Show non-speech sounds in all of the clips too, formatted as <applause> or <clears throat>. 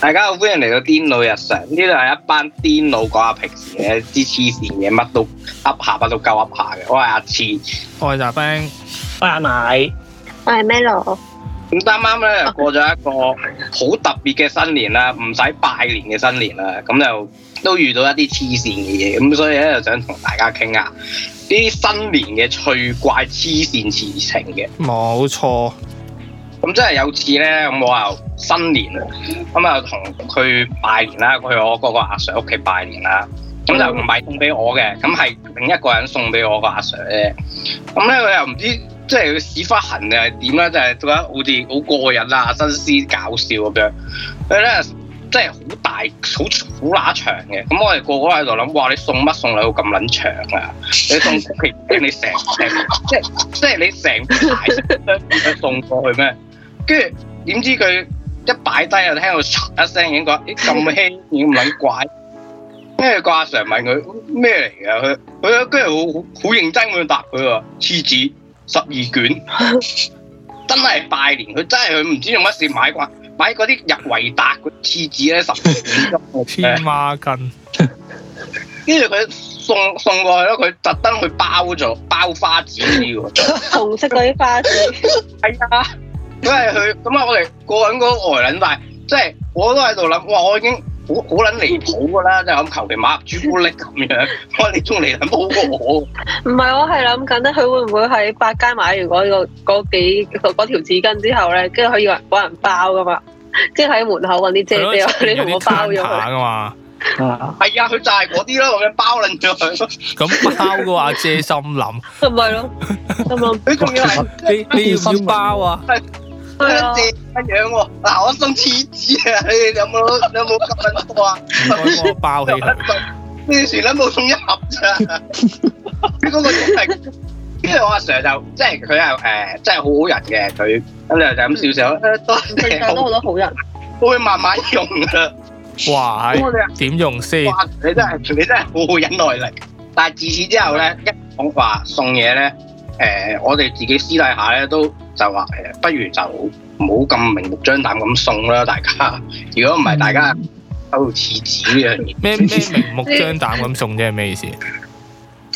大家好，歡迎嚟到癲佬日常，呢度係一班癲佬講下平時嘅啲黐線嘢，乜都噏下，乜都鳩噏下嘅。我係阿次，愛雜兵，我係咪？我係 Melo，咁啱啱咧就過咗一個好特別嘅新年啦，唔使拜年嘅新年啦，咁就都遇到一啲黐線嘅嘢，咁所以咧就想同大家傾下呢啲新年嘅趣怪黐線事情嘅。冇錯，咁真係有次咧，咁我又新年啊，咁啊同佢拜年啦，去我嗰個阿 Sir 屋企拜年啦。咁就唔係送俾我嘅，咁係另一個人送俾我個阿 Sir 咧。咁咧佢又唔知，即係佢屎忽痕定係點啦，就係覺得好似好過癮啊、新鮮搞笑咁樣。佢咧即係好大、好好乸長嘅。咁我哋個個喺度諗，哇！你送乜送禮到咁撚長啊？你送曲奇餅，你成成即係即係你成排箱送過去咩？跟住點知佢一擺低就聽到嚓一聲，已經覺得咦咁輕，已經唔撚怪。跟住個阿 Sir 問佢咩嚟㗎？佢佢跟住好好好認真咁答佢話：廁紙十二卷， <laughs> 真係拜年，佢真係佢唔知用乜事買啩買嗰啲日維達嗰啲廁紙咧十二黐卷，孖筋，跟住佢送送過去咯，佢特登去包咗包花紙啲喎。紅色嗰啲花紙，係啊，因為佢咁啊，我哋個個人都呆撚晒，即係我都喺度諗，哇！我已經好好撚離譜㗎啦，就咁求其買盒朱古力咁樣， <laughs> 我話你仲嚟撚好過我， <laughs> 唔係我係諗緊咧，佢會唔會喺百佳買完嗰、個嗰幾嗰嗰條紙巾之後咧，跟住佢以為揾人包噶嘛，即係喺門口揾啲姐姐話你同我包咗佢，噶嘛，啊，係啊，佢就係嗰啲咯，咁樣包撚咗佢，咁包嘅話，姐心 <laughs> 諗，咁咪咯，咁諗佢仲要係你你要唔要包啊？係咁啊樣，借咁樣喎，嗱我送廁紙啊，你哋有冇你有冇咁撚多啊？唔該幫我包起 <laughs> 佢，呢啲船撚冇送一盒咋，佢嗰個真係。跟住我阿 Sir 就即係佢係誒，真係好好人嘅佢，咁就就咁笑笑，誒多世界謝都好多好人，我會慢慢用噶啦。哇，咁我哋係點用先？話你真係你真係好忍耐力。但係自此之後咧，一講話送嘢咧，誒、我哋自己私底下咧都就話誒、不如就唔好咁明目張膽咁送啦，大家。 <laughs> 如果唔係，大家收廁紙呢樣嘢，咩咩明目張膽咁送啫？咩意思？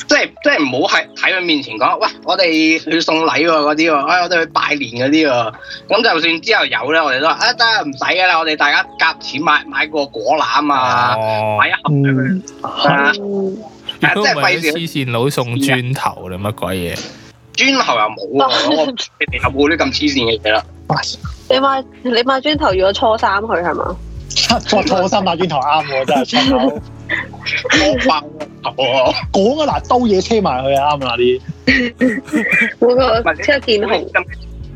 即係即係唔好喺喺佢面前講，喂，我哋去送禮喎嗰啲喎，哎，我哋去拜年嗰啲喎。咁就算之後有咧，我哋都話啊得啊唔使噶啦，我哋大家夾錢買買個果籃 <laughs> 啊，哦買，一盒俾佢嗯，啊。嗯如果唔即係係費啲事黐線佬送磚頭你乜 <laughs> 鬼嘢？磚頭又冇啊！我你哋有冇啲咁黐線嘅嘢啦？你買你買磚頭如果初三佢係嘛？ <laughs> 我錯心買磚頭啱喎， <laughs> 真係出口我爆頭啊！講啊嗱，兜嘢車埋去啊啱啦啲，嗰個即係見紅，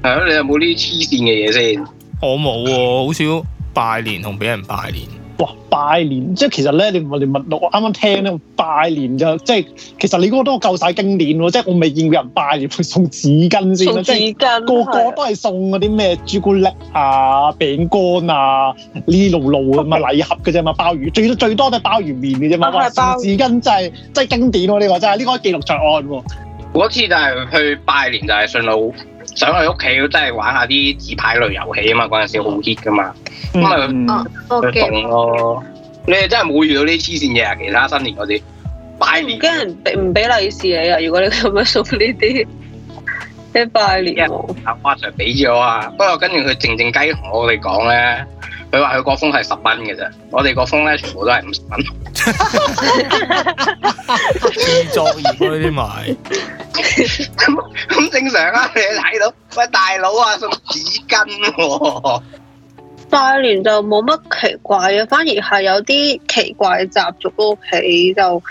係咯，你有冇呢啲黐線嘅嘢先？我冇喎，好少拜年同俾人拜 <laughs> 年。哇拜年即係其實咧，你你問到我啱啱聽咧，拜年就即係其實你嗰個都夠晒經典喎，即係我未見過人拜年會 <laughs> 送紙巾先啊送啦，即係。紙巾，個個都係送嗰啲咩朱古力啊、餅乾啊呢啲路路咁啊禮盒嘅啫嘛，鮑魚最最多都係鮑魚麵嘅啫嘛，啊哇！係鮑魚紙巾真係真係經典喎、呢、個真係呢、個記錄在案喎、嗰次就係去拜年，就係順路想去屋企，真係玩下啲紙牌類遊戲啊嘛！嗰陣時好 hit 噶嘛，咁啊嗯啊去個動咯。你哋真係冇遇到呢啲黐線嘢啊？其他新年嗰啲拜唔年驚人俾唔俾利是你啊！如果你咁樣送呢啲，你拜年喎阿花 Sir 俾咗啊，不過跟住佢靜靜雞同我哋講咧，佢話佢嗰封係十蚊嘅啫，我哋嗰封咧全部都係五十蚊。自作業嗰啲 <laughs> 埋，咁咁正常啊！你睇到喂大佬啊，送紙巾喎、拜年就冇乜奇怪嘅，反而係有啲奇怪嘅習俗咯。屋企就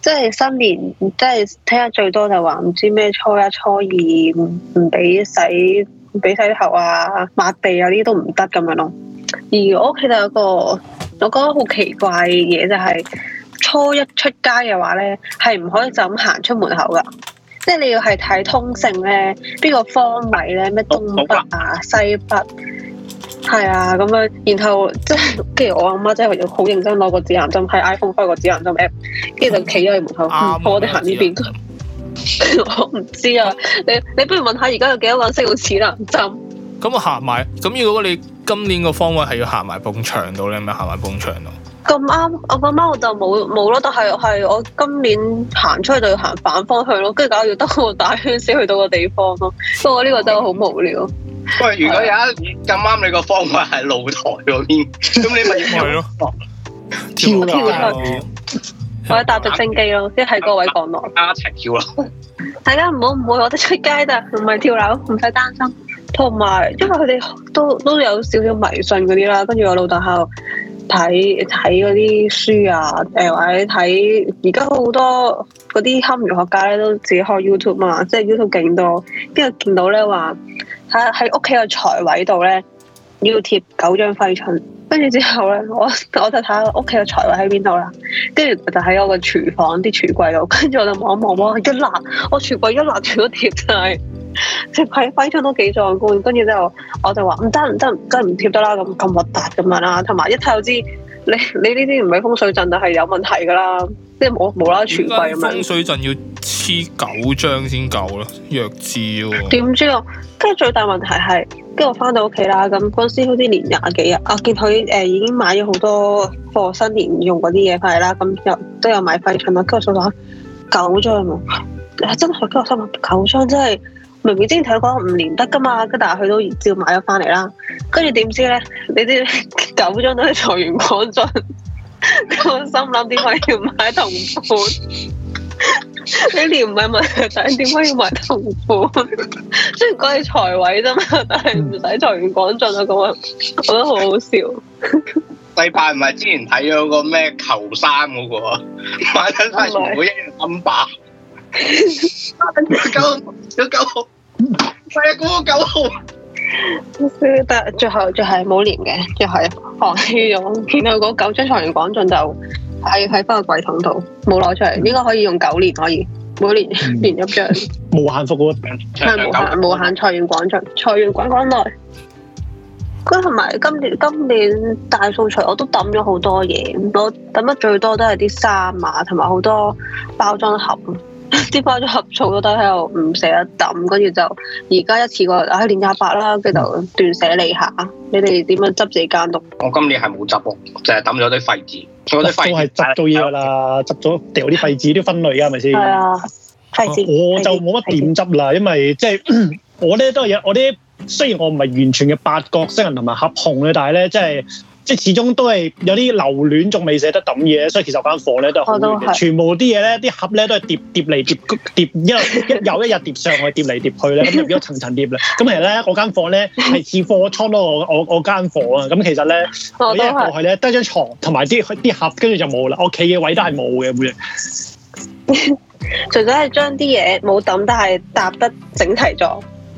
即係新年，即係聽得最多就話唔知咩初一、初二唔唔俾洗唔俾洗頭啊、抹地啊呢啲都唔得咁樣咯。而我屋企就有個我覺得好奇怪嘅嘢就係、初一出街嘅話咧，係唔可以就咁行出門口噶。即係你要係睇通勝咧，邊個方位咧，咩東北啊、西北，係啊咁樣。然後即係，跟住我阿媽真係好認真攞個指南針，喺 iPhone 開個指南針 app，跟住就企咗喺門口，嗯啱。啊我哋行呢邊。 <laughs> 我唔知啊，你你不如問下而家有幾多個人識用指南針？咁我行埋，咁如果你今年個方位係要行埋埲牆度，你係咪行埋埲牆度？咁啱，我咁啱我就冇冇咯，但係係我今年行出去就要行反方向咯，跟住搞要兜個大圈先去到個地方咯。不過呢個真係好無聊。不過如果有一咁啱你個方位係露台嗰邊，咁你咪要係咯，跳落跳落咯，或者搭直升機咯，即係喺個位降落。大家一齊跳啦。大家唔好誤會，我哋出街咋，唔係跳樓，唔使擔心。同埋，因為佢哋都都有少少迷信嗰啲啦，跟住我老豆喺度睇睇嗰啲書啊，誒、或者睇而家好多嗰啲堪輿學家咧都自己開 YouTube 啊，即係 YouTube 勁多，跟住見到咧話喺喺屋企嘅財位度咧要貼九張揮春，跟住之後咧我 <laughs> 我就睇下屋企嘅財位喺邊度啦，跟住就喺我個廚房啲櫥櫃度， <laughs> 跟住我就望一望望一揦。我全部一立全都貼晒，貼喺揮春都幾壯觀。跟住之後，我就話唔得唔得，真係唔貼得啦，咁咁核突咁樣啦。同埋一睇就知，你你呢啲唔係風水陣，就係有問題㗎啦，即係冇無啦啦全點解櫃咁風樣。水陣要黐九張先夠咯？弱智喎，點知啊？跟住最大問題係，跟住我翻到屋企啦，咁嗰陣時好似年廿幾日，啊見佢誒、已經買咗好多貨新年用嗰啲嘢翻嚟啦，咁又都有買揮春啦，跟住我心諗九張喎、啊真係跟住我心諗九張真係明明之前睇講唔連得噶嘛，跟但係佢都照買咗翻嚟啦，跟住點知咧，你知 <laughs> 九張都係財源廣進， <laughs> 我心諗點解要買同款？ <laughs> 你連唔係問題，但係點解要買同款？雖然講係財位啫嘛， <laughs> 但係唔使財源廣進啊！咁樣我覺得好好笑。禮拜唔係之前睇咗個咩球衫嗰個啊，買緊晒全部一樣 number，九有九號，係啊，嗰個九號。但係最後最係冇連嘅，最後係放棄咗。然後嗰九張財源廣進就係喺翻個櫃桶度，冇攞出嚟。應該可以用九年，可以每年嗯 <laughs> 連一張，無限復活，係無限無限財源廣進，財源滾滾來。佢同埋今年今年大掃除，我都抌咗好多嘢，我抌得最多都係啲衫啊，同埋好多包裝盒，啊 <laughs> 啲包裝盒儲咗都喺度唔捨得抌，跟住就而家一次過，唉、年廿八啦，跟住就嗯斷捨離下。你哋點樣執自己間屋？我今年係冇執屋，就係抌咗堆廢紙。都我啲廢係紙執到嘢㗎啦，執咗掉啲廢紙都分類㗎，係咪先？係啊，費事嗯哦我就冇乜點執啦，因為即係 <clears throat> 我咧都有我啲，雖然我唔係完全嘅八角星人同埋合控嘅，但係咧即係即係始終都係有啲留戀，仲未捨得抌嘢，所以其實我間房咧都係好我都亂嘅，係全部啲嘢咧啲盒咧都係疊疊嚟疊疊一一有一日疊上去，疊嚟疊去咧，咁就變咗層層疊啦。咁其實咧我間房咧係似貨倉咯，我我我間房啊，咁其實咧我我一都日係過去咧得張床同埋啲啲盒，跟住就冇啦，我企嘅位都係冇嘅每日。除咗係將啲嘢冇抌，但係搭得整齊咗，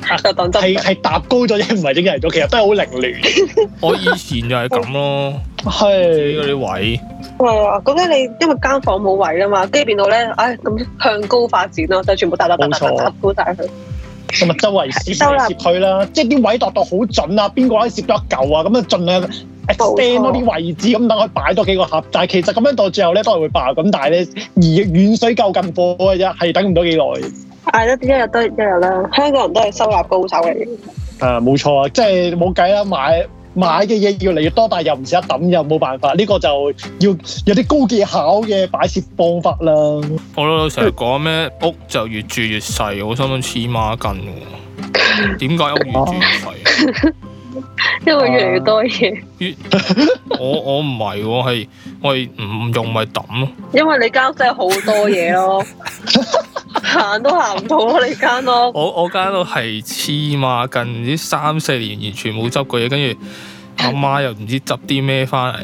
啊就當執係咗。係搭高咗啫，唔係整人咗，其實都係好凌亂。我以前就係咁咯，自己係嗰啲位。係啊，咁咧你因為間房冇位啦嘛，跟住變到咧，唉咁向高發展咯，就全部搭搭搭搭搭高晒佢。同啊埋周圍攝收嚟納攝去啦，即係啲位度到好準啊，邊個可以攝到一嚿啊？咁樣盡量 extend 多啲位置，咁等佢擺多幾個盒。但係其實咁樣到最後咧，都係會爆。咁但係咧，而遠水救近火嘅啫，係等唔到幾耐。嗌得一日都一日啦，香港人都係收納高手嚟嘅。啊，冇錯啊，即係冇計啦，買買嘅嘢越嚟越多，但係又唔捨得抌，又冇辦法。呢、個就要有啲高技巧嘅擺設方法啦。我老豆成日講咩屋就越住越細，我心諗黐孖筋喎。點解屋越住越細？啊因為越嚟越多嘢，我我唔係喎，係我係唔用咪抌咯。因為你間屋真係好多嘢咯，行都行唔到咯，你間屋。我我間屋係黐孖筋，唔知三四年完全冇執過嘢， <laughs> 跟住阿媽又唔知執啲咩翻嚟，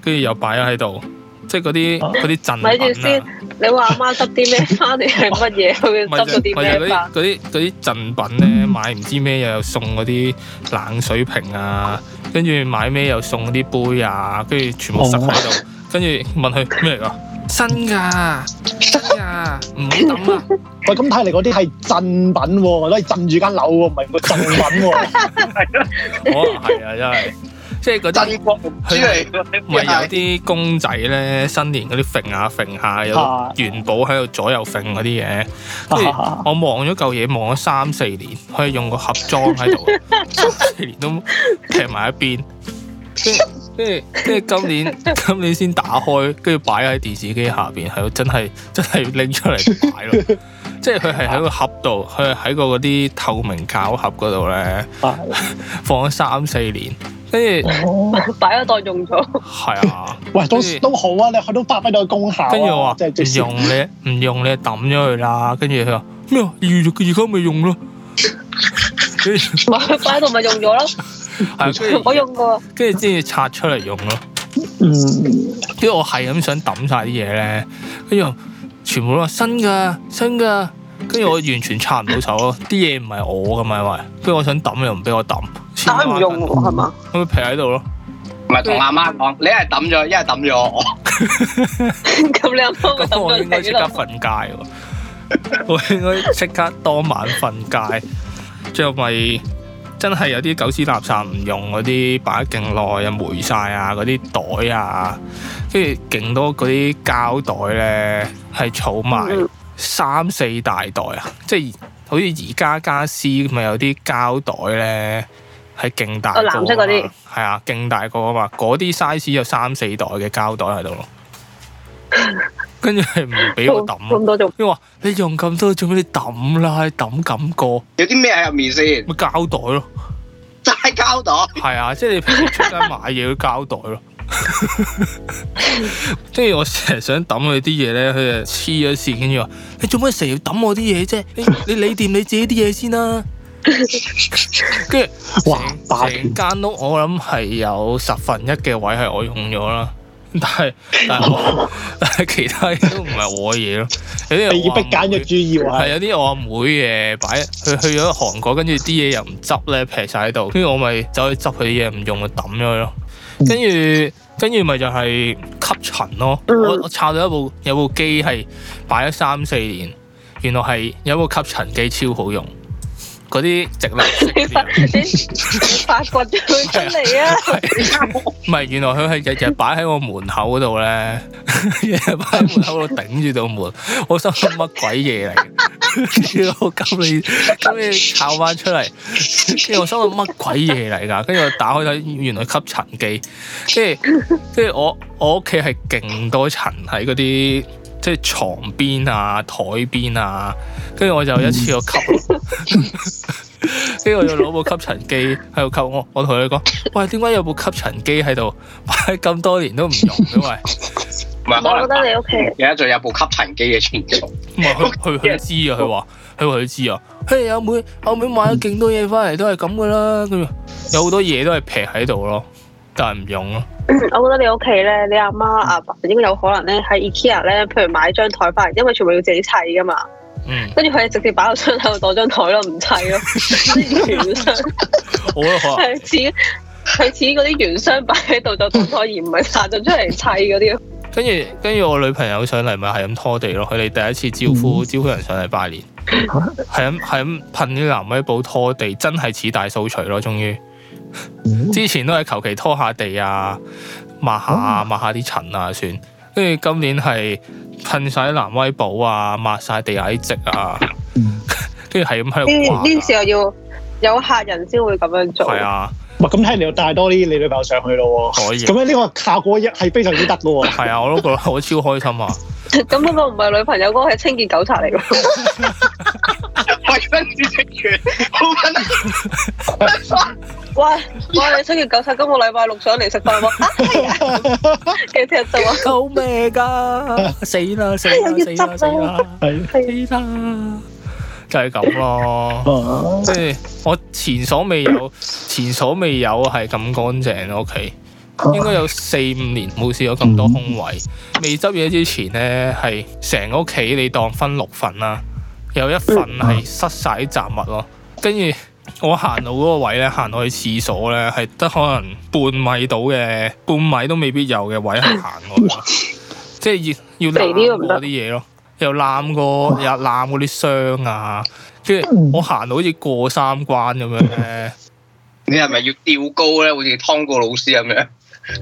跟住又擺咗喺度，即係嗰啲嗰啲哦咪住贈品先啊。，你話阿媽執啲咩翻嚟係乜嘢？<laughs> 佢咪執就咗咪啲就咩嗰翻？啲嗰啲嗰啲贈品咧，買唔知咩又送嗰啲冷水瓶啊，跟住買咩又送嗰啲杯啊，跟住全部塞喺度，哦跟住問佢咩嚟㗎？新㗎，新㗎，唔好抌 <laughs> 啊！喂，咁睇嚟嗰啲係贈 <laughs> 品喎，都係鎮住間樓喎，唔係個贈品喎。哦可能係啊，真係。即係嗰啲真國之類嗰啲，咪有啲公仔咧，新年嗰啲揈下揈下，有啊個元寶喺度左右揈嗰啲嘢。跟住啊我望咗嚿嘢望咗三四年，可以用個盒裝喺度，三四年都劈埋一邊。跟住跟住跟住今年今年先打開，跟住擺喺電視機下邊，係真係真係拎出嚟擺咯。即係佢係喺個盒度，佢係喺個嗰啲透明膠盒嗰度咧啊放咗三四年，跟住哦擺咗當用咗， <laughs> 係啊。喂，都跟住都好啊！你去到發揮到功效啊，跟住我話即係唔用 <laughs> 你，唔用你就抌咗佢啦。跟住佢話咩啊？預咗而家咪用咯。跟住係啊咪佢擺喺度咪用咗 <laughs> 咯。 <laughs> 跟住我用過，跟住先至拆出嚟用咯。嗯，跟住我係咁想抌晒啲嘢咧，跟住全部都話新㗎新㗎。跟住我完全拆唔到手咯，啲嘢唔係我㗎嘛，因為跟住我想抌又唔俾我抌，但佢唔用黐孖筋，喎，係嘛？咁咪劈喺度咯。唔係同阿媽講，你一係抌咗，一係抌咗我。 <laughs> 咁你阿媽咪咁我抌應該咗即你刻瞓咯？街喎， <laughs> 我應該即刻當晚瞓街，最後咪真係有啲狗屎垃圾唔用嗰啲擺得勁耐啊，霉晒啊，嗰啲袋啊，跟住勁多嗰啲膠袋咧係儲埋嗯三四大袋啊，即係好似而家家私咪有啲膠袋咧。係勁大個啊哦嘛，藍色嗰啲係啊，勁大個啊嘛，嗰啲 size 有三四袋嘅膠袋喺度咯，跟住係唔俾我抌咯。咁多種，佢話：你用咁多做咩？你抌啦，你抌咁個有啲咩喺入面先？咪膠袋咯，齋膠袋。係啊，即係你平時出街買嘢嗰啲膠袋咯。 <laughs> 跟住我成日想抌佢啲嘢咧，佢就黐咗線，跟住話：你做乜成日要抌我啲嘢啫？你你理掂你自己啲嘢先啦。跟住哇，霸權成間屋我諗係有十分一嘅位係我用咗啦，但係但係我但係其他嘢都唔係我嘅嘢咯，有啲被人迫簡約主義喎，係啊係有啲我阿妹嘅擺佢去咗韓國，跟住啲嘢又唔執咧，劈晒喺度，跟住我咪走去執佢啲嘢唔用，咪抌咗佢咯。跟住跟住咪就係吸塵咯。嗯我我抄咗一部有部機係擺咗三四年，原來係有一部吸塵機超好用，嗰啲直立式你嗰啲發啊。你你發掘咗佢出嚟啊！唔係，原來佢係日日擺喺我門口嗰度咧， <laughs> 日日擺喺門口度頂住道門，我心諗乜鬼嘢嚟？ <laughs> 跟住我咁你咁你抄翻出嚟，跟住我心諗乜鬼嘢嚟㗎？跟住我打開睇，原來吸塵機，跟住跟住我我屋企係勁多塵喺嗰啲。即係床邊啊、台邊啊，跟住我就一次我吸咯，跟住我就攞部吸塵機喺度吸。我我同佢講：，喂，點解有部吸塵機喺度 <laughs> 擺咁多年都唔用嘅？喂，唔係我可覺能得你屋企而家仲有部吸塵機嘅存 <laughs> 在。唔係佢佢佢知啊，佢話佢話佢知啊。嘿，阿妹阿妹買咗勁多嘢翻嚟都係咁噶啦，跟住有好多嘢都係劈喺度咯，但係唔用咯。我覺得你屋企咧，你阿媽阿爸應該有可能咧喺 IKEA 咧，譬如買張台翻嚟，因為全部要自己砌噶嘛，嗯，跟住佢哋直接擺落箱喺度當張台咯，唔砌咯，原箱我覺得 <laughs> 可能係似係似嗰啲原箱擺喺度就當台，而唔係拆咗出嚟砌嗰啲咯。跟住跟住我女朋友上嚟咪係咁拖地咯，佢哋第一次招呼、招呼人上嚟拜年，係咁係咁噴啲藍威寶拖地，真係似大掃除咯，終於。之前都係求其拖下地啊，抹下抹下啲塵啊算，跟住今年係噴晒啲藍威寶啊，抹晒地下啲積啊，跟住係咁喺呢度呢刮時候要有客人先會咁樣做。啊，係啊，哇，咁睇嚟你要帶多啲你女朋友上去咯可以啊喎，咁樣呢個效果一係非常之得咯 <laughs> 喎，係啊，我都覺得我超開心啊！咁嗰個唔係女朋友，嗰個係清潔狗賊嚟㗎。衛生主席權好緊喂喂，你清潔狗賊今個禮拜六上嚟食飯喎，啊啊係啊，幾聽就話 <laughs> 救命噶！死啦死啦 <laughs> 又要死啦執啊死啦啦！係係死啦！就係咁咯，啊即係我前所未有，前所未有係咁乾淨咯屋企，應該有四五年冇試過咁多空位。未執嘢之前呢，係成個屋企你當分六份啦，有一份係塞晒啲雜物咯，跟住我行路嗰個位呢，行落去廁所呢，係得可能半米到嘅，半米都未必有嘅位係行過去咯，即係要要嗯肥啲都攬唔得過啲嘢咯，又攬過又攬嗯嗰啲箱啊，跟住我行到好似過三關咁樣呢，你係咪要吊高咧？好似湯過老師咁樣，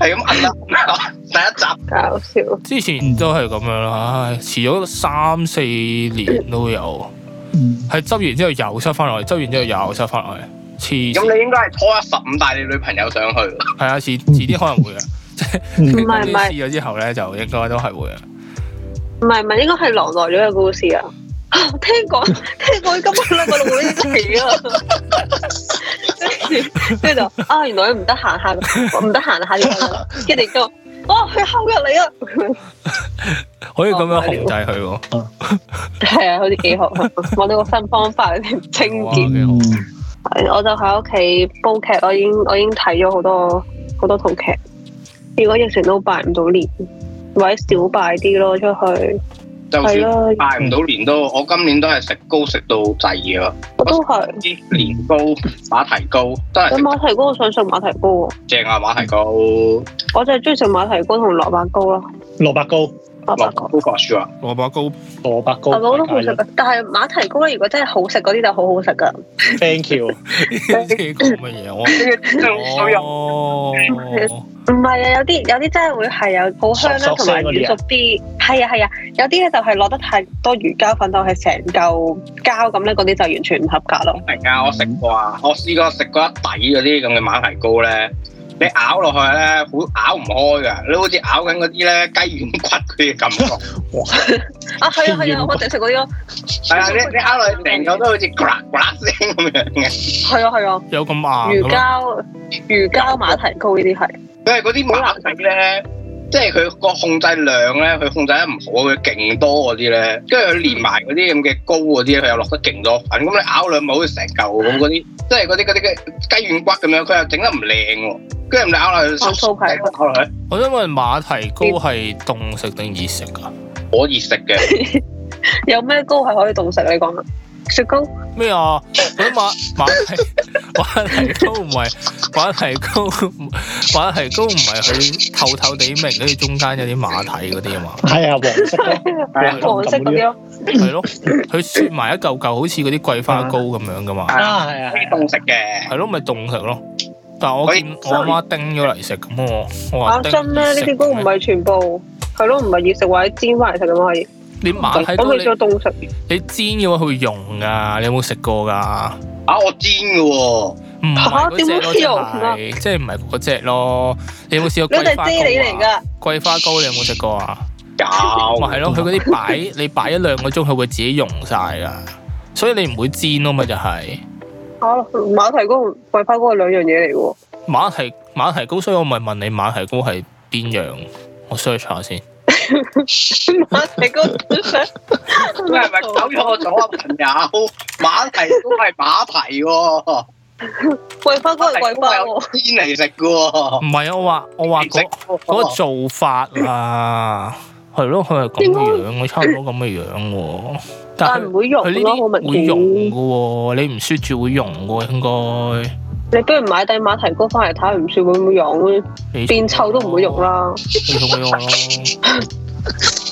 係咁摁啦摁啦第一集。搞笑。之前都係咁樣啦，唉，遲咗三四年都有，嗯係執完之後又塞翻落嚟，執完之後又塞翻落嚟，黐線咁你應該係拖咗十五帶你女朋友上去，係啊，遲遲啲可能會啊，<laughs> 嗯唔係你唔係試咗之後咧，就應該都係會啊。唔係唔係，應該係狼來咗嘅故事啊！ <laughs> 我聽講聽講今個禮拜六已經嚟啊， <laughs> 跟住跟住就啊，原來唔得閒下個，唔得閒下個，跟住就哦，佢後日嚟啊， <laughs> 可以咁哦樣控制佢喎，係啊，好似幾好，揾到個新方法嚟清潔。幾好嗯係我就喺屋企煲劇，我已經我已經睇咗好多好多套劇。如果疫情都拜唔到年，或者少拜啲咯，出去就係算咯，拜唔到年都，我今年都係食糕食到滯嘅啦。我都係。啲年糕、馬蹄糕都係有食馬蹄糕，我想食馬蹄糕喎。正啊！馬蹄糕、我就係中意食馬蹄糕同蘿蔔糕咯，蘿蔔糕，蘿蔔蘿糕蔔。糕滑雪啊！蘿蔔 <laughs> 糕蘿蔔糕，蘿蔔糕啊都好食嘅，但係馬蹄糕咧，如果真係好食嗰啲就好好食啊噶。 Thank you。啲講乜嘢？我哦，唔係啊，有啲有啲真係會係有好香啦索，索同埋聲嗰啲軟啊熟啲。係啊係啊，有啲咧就係落得太多魚膠粉，當係成嚿膠咁咧，嗰啲就完全唔合格咯。明啊！我食過啊，我試過食過一底嗰啲咁嘅馬蹄糕咧，你咬落去咧，好咬唔開㗎，你好似咬緊嗰啲咧雞軟骨嗰啲感覺。啊係啊係啊，我淨係食嗰啲咯。係啊，你你咬落去成個都好似呱啦呱啦聲咁樣嘅，係啊係啊，有咁硬嘅魚咩？膠魚膠馬蹄糕呢啲係。佢係嗰啲馬蹄咧。即係佢個控制量咧，佢控制得唔好，佢勁多嗰啲咧，跟住佢連埋嗰啲咁嘅膏嗰啲，佢又落得勁多粉，咁你咬兩咪好似成嚿咁嗰啲，即係嗰啲嗰啲嘅雞軟骨咁樣，佢又整得唔靚喎，跟住你咬落去，哦粗皮咬落去我想問馬蹄糕係凍食定熱食啊？可以食嘅。有咩糕係可以凍食？你講啊雪糕咩啊？嗰啲馬馬蹄 <laughs> 馬蹄糕唔係馬蹄糕，馬蹄糕唔係佢透透地明，跟住中間有啲馬蹄嗰啲啊嘛，係啊，黃色咯， <laughs> 係啊黃色嗰啲咯。係咯，佢雪埋一嚿嚿，好似嗰啲桂花糕咁樣噶嘛，啊係啊可以凍食嘅，係咯，咪凍食咯。但係我見我阿媽叮咗嚟食咁我，我話啊叮真咧，呢啲糕唔係全部，係咯，唔係熱食或者煎翻嚟食咁可以。你馬蹄我糕未你做凍食，你煎嘅話，佢會溶噶，你有冇食過噶？啊我煎嘅喎，唔係嗰只嚇點咯，會即溶啊係即係唔係嗰只咯？你有冇試過呢桂係花啫喱嚟糕啊？㗎。桂花糕你有冇食過啊？ <laughs> 咪有係咯，佢嗰啲擺你擺一兩個鐘，佢會自己溶晒噶，所以你唔會煎咯嘛，就係嚇，啊馬蹄糕同桂花糕係兩樣嘢嚟嘅喎。馬蹄馬蹄糕。所以我咪問你馬蹄糕係邊樣？我 search 下先。 <laughs> 馬蹄糕都想，你係咪搞錯咗啊朋友？馬蹄都係馬蹄喎，桂花糕係桂花有喎。煎嚟食嘅喎，唔係啊，我話我話你食嗰嗰個做法啊，哦 <laughs> 係咯，佢係咁點解嘅樣，差唔多咁嘅樣喎。但係但佢唔會溶佢呢咯，好啲明會溶顯。嘅喎，你唔雪住會溶嘅喎，應你不如買底馬蹄糕翻嚟睇，唔算會唔會溶？該你變臭都唔會溶，啦。你送俾我咯。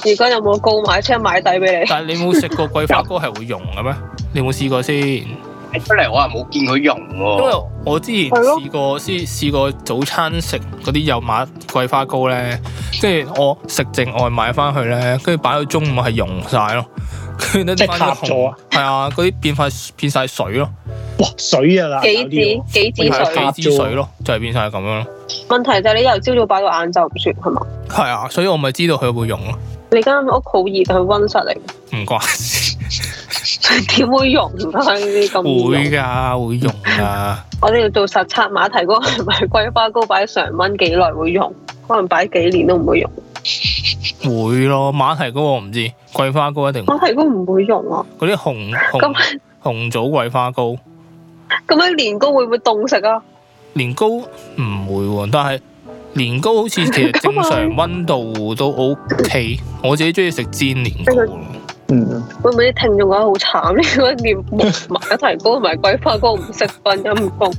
而家有冇告買車買底俾你？但係你冇食過桂花糕係會溶嘅咩？你有冇試過先？因出嚟我又冇見佢溶哦喎，為我之前係咯試過先試過早餐食嗰啲有馬桂花糕咧，即係我食剩外賣翻去咧，跟住擺到中午係溶晒咯，跟住即得係翻塌咗啊！係啊，嗰啲變塊變晒水咯，哇水啊啦，有杞啲子杞變子晒水。啊幾支水咯，就係變晒咁樣咯。問題就係你由朝早擺到晏晝唔雪係嘛？係啊，所以我咪知道佢會溶咯，你間屋好熱，係温室嚟，唔關事。 <laughs> 點會溶啊？呢啲咁會熱噶，會溶噶。我哋要做實測馬蹄糕係咪桂花糕擺常温幾耐會溶？可能擺幾年都唔會溶。會咯，馬蹄糕我唔知，桂花糕一定馬蹄糕唔會溶啊！嗰啲紅咁紅紅棗桂花糕，咁樣年糕會唔會凍食啊？年糕唔會喎，但係年糕好似其實正常温度都 OK。我自己中意食煎年糕 <laughs> 咯，嗯會唔會啲聽眾覺得好慘？呢 <laughs> 個連馬蹄糕同埋桂花糕唔識分陰公，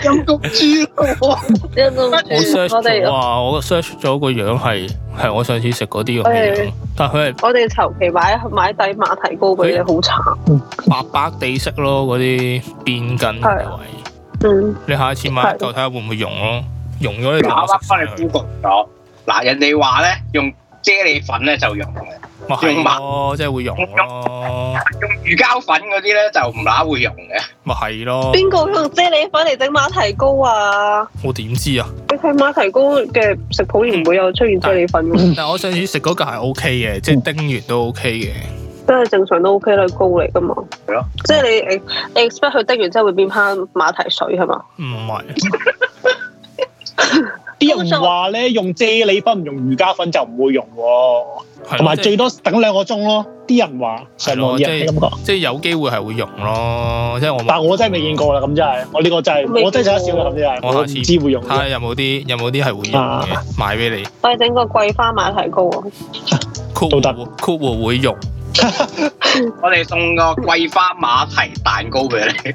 陰公豬咯，陰公我 search 咗我哋啊，我 search 咗個樣係係我上次食嗰啲咁嘅樣，但係佢係我哋求其買買底馬蹄糕俾你，好慘。白白地色咯，嗰啲邊筋嘅位。嗯，你下次買一嚿睇下會唔會溶咯，溶咗你就啱食啱翻曬去佢。 Google 咗，嗱人哋話咧用啫喱粉咧就用嘅，咪係咯，即係會溶咯，用魚膠粉嗰啲咧就唔乸會用嘅。咪係咯。邊個用啫喱粉嚟整馬蹄糕啊？我點知啊？你睇馬蹄糕嘅食譜唔會有出現啫喱粉嘅，但係我上次食嗰嚿係 O K 嘅，即係叮完都 O K 嘅。真係正常都 OK 啦，糕嚟噶嘛。係咯，即係你你 expect 佢滴完之後會變翻馬蹄水係嘛？唔係，啲人話咧用啫喱粉唔用魚膠粉就唔會用喎，係同埋咯，即係最多等兩個鐘咯。啲人話上網啲人係咁講，即係有機會係會溶咯，即係我冇。但我真係未見過啦，咁真係我呢個真未見過係我真係睇得少啦，咁真我係下我次唔知會用睇下有冇啲有冇啲係會溶啊嘅，買俾你。我哋整個桂花馬蹄糕啊！酷都得酷酷湖會溶，我哋送個桂花馬蹄蛋糕俾你，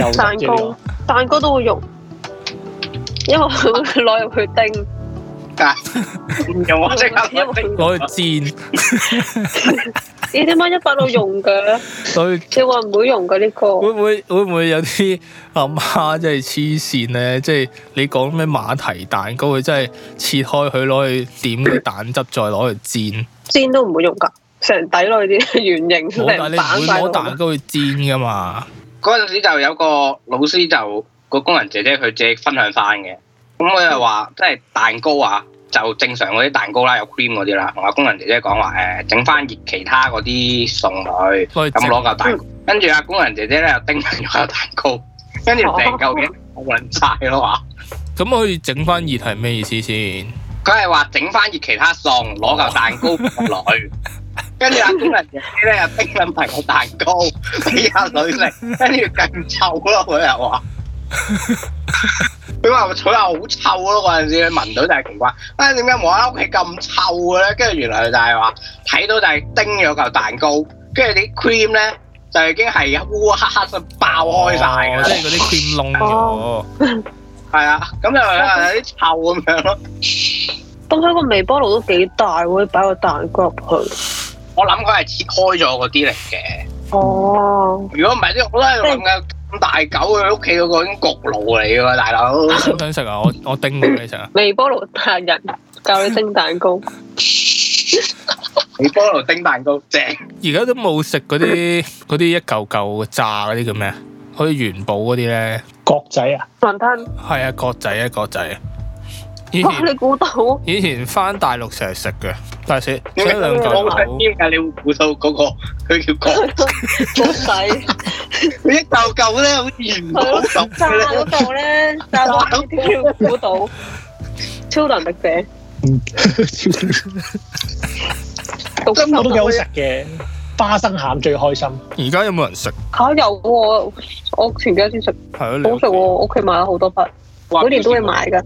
又蛋糕，啊蛋糕都會用，因為佢會攞入去叮，但係唔用我即刻因為諗佢攞去煎，你點解一百度用嘅？攞去你話唔會用嘅呢個？會唔會會唔會有啲阿媽真係黐線咧？即係你講咩馬蹄蛋糕，佢真係切開佢攞去點啲蛋汁，再攞去煎。煎都唔會用㗎，成底內啲圓形我但係你唔成板會晒攞喺蛋度糕去煎噶嘛？嗰陣時就有個老師就個工人姐姐佢自己分享翻嘅，咁我就話即係蛋糕啊，就正常嗰啲蛋糕啦，有 cream 嗰啲啦，同阿工人姐姐講話誒，整翻熱其他嗰啲送佢，攞去咁整攞嚿蛋糕，跟住阿工人姐姐咧又叮埋咗嚿蛋糕，跟住成嚿嘢冇撚晒咯話，咁可以整翻熱係咩意思先？佢係話整翻熱其他餸，攞嚿蛋糕落去。跟住阿工人姐姐咧又叮撚埋個蛋糕俾阿女食，跟住更臭咯佢又話。佢話佢話好臭咯嗰陣時，聞到就係奇怪，啊點解無啦啦屋企咁臭嘅咧？跟住原來就係話睇到就係叮咗嚿蛋糕，跟住啲 cream 咧就已經係烏黑黑咁爆開晒哦即 <laughs> 㗎，係嗰啲 cream 窿咗哦。係啊，咁就有啲臭咁樣咯。咁佢個微波爐都幾大喎，擺個蛋糕入去。我諗佢係切開咗嗰啲嚟嘅。哦，如果唔係啲，我都喺度諗緊咁大狗佢屋企嗰個已經焗爐嚟㗎喎，大 <laughs> 佬。想唔想食啊？我我叮過你食啊！微波爐達人教你蒸蛋糕，你菠蘿叮蛋糕正，而家都冇食嗰啲嗰啲一嚿嚿炸嗰啲叫咩啊？好似元寶嗰啲咧，角仔 <laughs> 啊，雲吞。係啊，角仔啊，角仔啊。以哇！前你估到？以前翻大陸成日食嘅，但係食食點一解兩我唔知嚿點解你會估到嗰個佢叫角？ <laughs> 冇使，佢一嚿嚿咧，好似元寶係咁咯，炸嗰咧。嚿咧，炸到超估到，超能力者。讀心我都幾好食術嘅，花生餡最開心。而家有冇人食？嚇有喎，我前幾日先食，係咯，好食喎！我屋企買咗好多塊，每年都會買㗎，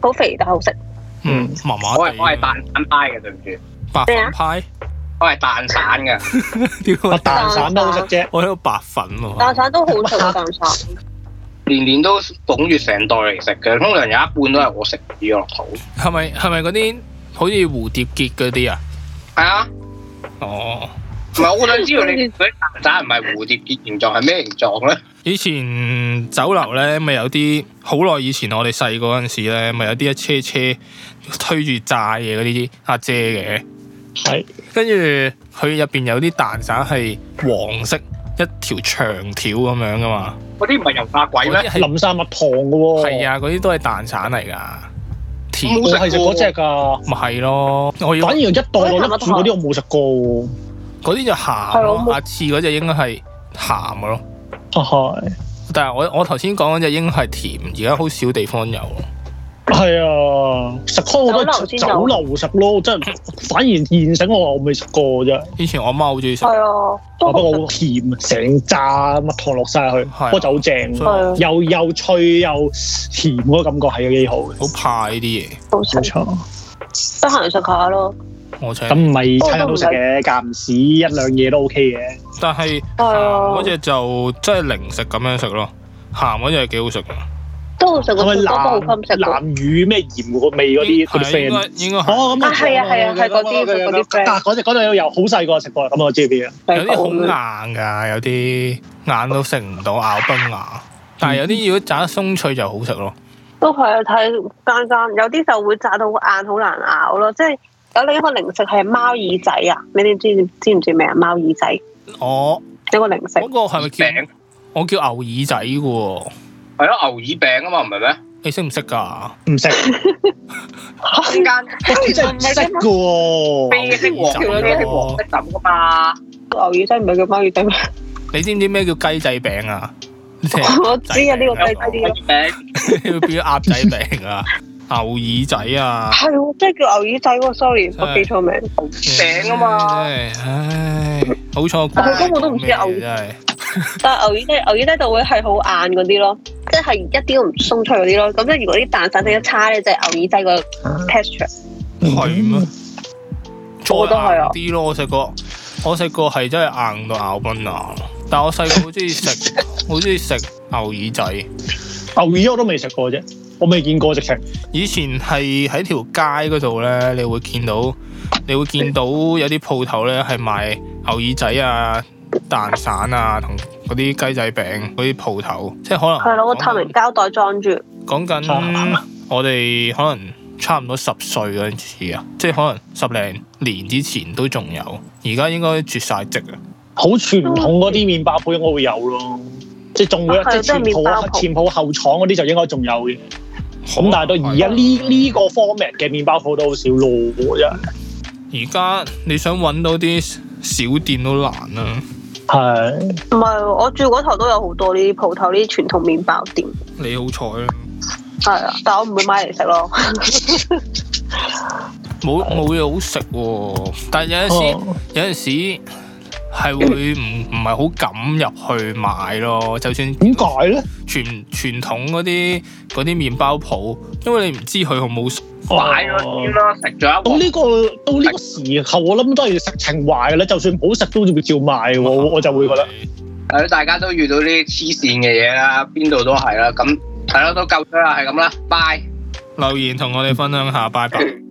好肥但好食。你有冇食。嗯，麻麻我係地。我係蛋散派嘅，對唔住，白粉派， <laughs> 我係蛋散嘅。屌啊我蛋散都好食啫，我喺度白粉蛋喎。散都好食啊！蛋散 <laughs> 年年都捧住成袋嚟食嘅，通常有一半都係我食魚落肚。係咪係咪嗰啲好似蝴蝶結嗰啲啊？係啊，哦，唔係我好想 <laughs> 知道你嗰啲蛋散唔係蝴蝶結形狀，係咩形狀咧？以前酒樓咧，咪有啲好耐以前我哋細個嗰陣時咧，咪有啲一車車推住炸嘢嗰啲阿姐係嘅，跟住佢入邊有啲蛋散係黃色一條長條咁樣噶嘛，嗰啲唔係油炸鬼嗰咩啲？係淋晒蜜糖嘅喎。係，啊，嗰啲都係蛋散嚟噶，甜嗯我係食嗰只㗎，咪係咯，我要反而一袋我粒住嗰啲我冇食過喎。嗰啲就鹹係我咯，冇阿次嗰只應該係鹹嘅咯。啊係，但係我我頭先講嗰只應該係甜，而家好少地方有。係啊，食開我都係酒酒樓樓食咯，真係反而現成我話我未食過啫。以前我媽好中意食，係啊，不都好過食好。甜，成扎蜜糖落晒去，係啊不過就好正，所以我係啊又又脆又甜嗰個感覺係幾好嘅。好怕呢啲嘢。好食冇，錯，得閒食下咯。我請，咁唔係餐餐都食嘅，間唔時一兩嘢都 OK 嘅。但係鹹係啊嗰只就真係零食咁樣食咯。鹹嗰只係幾好食㗎，都好食個係咪雪糕都好南襟食㗎南乳咩鹽個味嗰啲嗰啲係應 friend？該應該哦，係咁啊係啊係啊係嗰啲嗰啲 friend 嗱，嗰只嗰只有好細個食過，咁我知邊啊。有啲好硬㗎，有啲硬都食唔到，咬崩牙。但係有啲如果炸得鬆脆就好食咯。都係睇間間，有啲就會炸到硬，好難咬咯。即係有另一個零食係貓耳仔啊！你哋知知唔知咩啊？貓耳仔我有個零食嗰個係咪叫餅我叫牛耳仔嘅喎？係咯，牛耳餅啊嘛，唔係咩？你識唔識㗎？唔 <laughs> 食，中間我真係唔 <laughs> 識啊噶喎。啡色黃色嗰啲係黃色咁噶嘛？牛耳仔，唔係叫貓耳仔咩？你知唔知咩叫雞仔餅啊？你聽我知啊，呢個雞雞啲牛咯，耳餅要變咗鴨仔餅啊、牛耳仔啊，係喎，真係叫牛耳仔喎。Sorry，真係我記錯名。餅啊嘛，真係唉，好彩我但係根本都唔知牛牛真係但係牛耳仔，牛耳仔就會係好硬嗰啲咯，即係一啲都唔鬆脆嗰啲咯。咁即係如果啲蛋散性一差咧，就係牛耳仔個啊 texture。係咩？再我都係啊硬啲咯，我食過，我食過係真係硬到咬崩牙。但我細個好中意 <laughs> 食，好中意食牛耳仔。牛耳我都未食過啫，我未見過直情。以前係喺條街嗰度咧，你會見到，你會見到有啲鋪頭咧係賣牛耳仔啊、蛋散啊同嗰啲雞仔餅嗰啲鋪頭，即係可能係攞個講緊透明膠袋裝住。講 <laughs> 緊我哋可能差唔多十歲嗰陣時啊，即係可能十零年之前都仲有，而家應該絕晒跡啊！好傳統嗰啲麵包鋪應該會有咯，即係仲會嗯啊係即係前即係麵包鋪鋪前鋪後廠嗰啲就應該仲有嘅。咁但係到而哦家呢啊呢個 format 嘅麵包鋪都好少咯，一而家你想揾到啲小店都難啊！係唔係喎，我住嗰頭都有好多呢啲鋪頭，呢啲傳統麵包店。你好彩啦，係啊，但我唔會買嚟食咯。冇冇嘢好食喎。但係有陣時、哦有陣時係會唔唔係好敢入去買咯，就算點解咧？傳傳統嗰啲嗰啲麵包鋪，因為你唔知佢好啊冇擺咗先咯，食咗一哦到鑊呢、個到呢個時候，我諗都係食情懷嘅啦。就算唔好食都會照賣喎，我我就會覺得。係咯，大家都遇到呢啲黐線嘅嘢啦，邊度都係啦，咁係咯，都夠咗啦，係咁啦，拜。留言同我哋分享下，拜拜。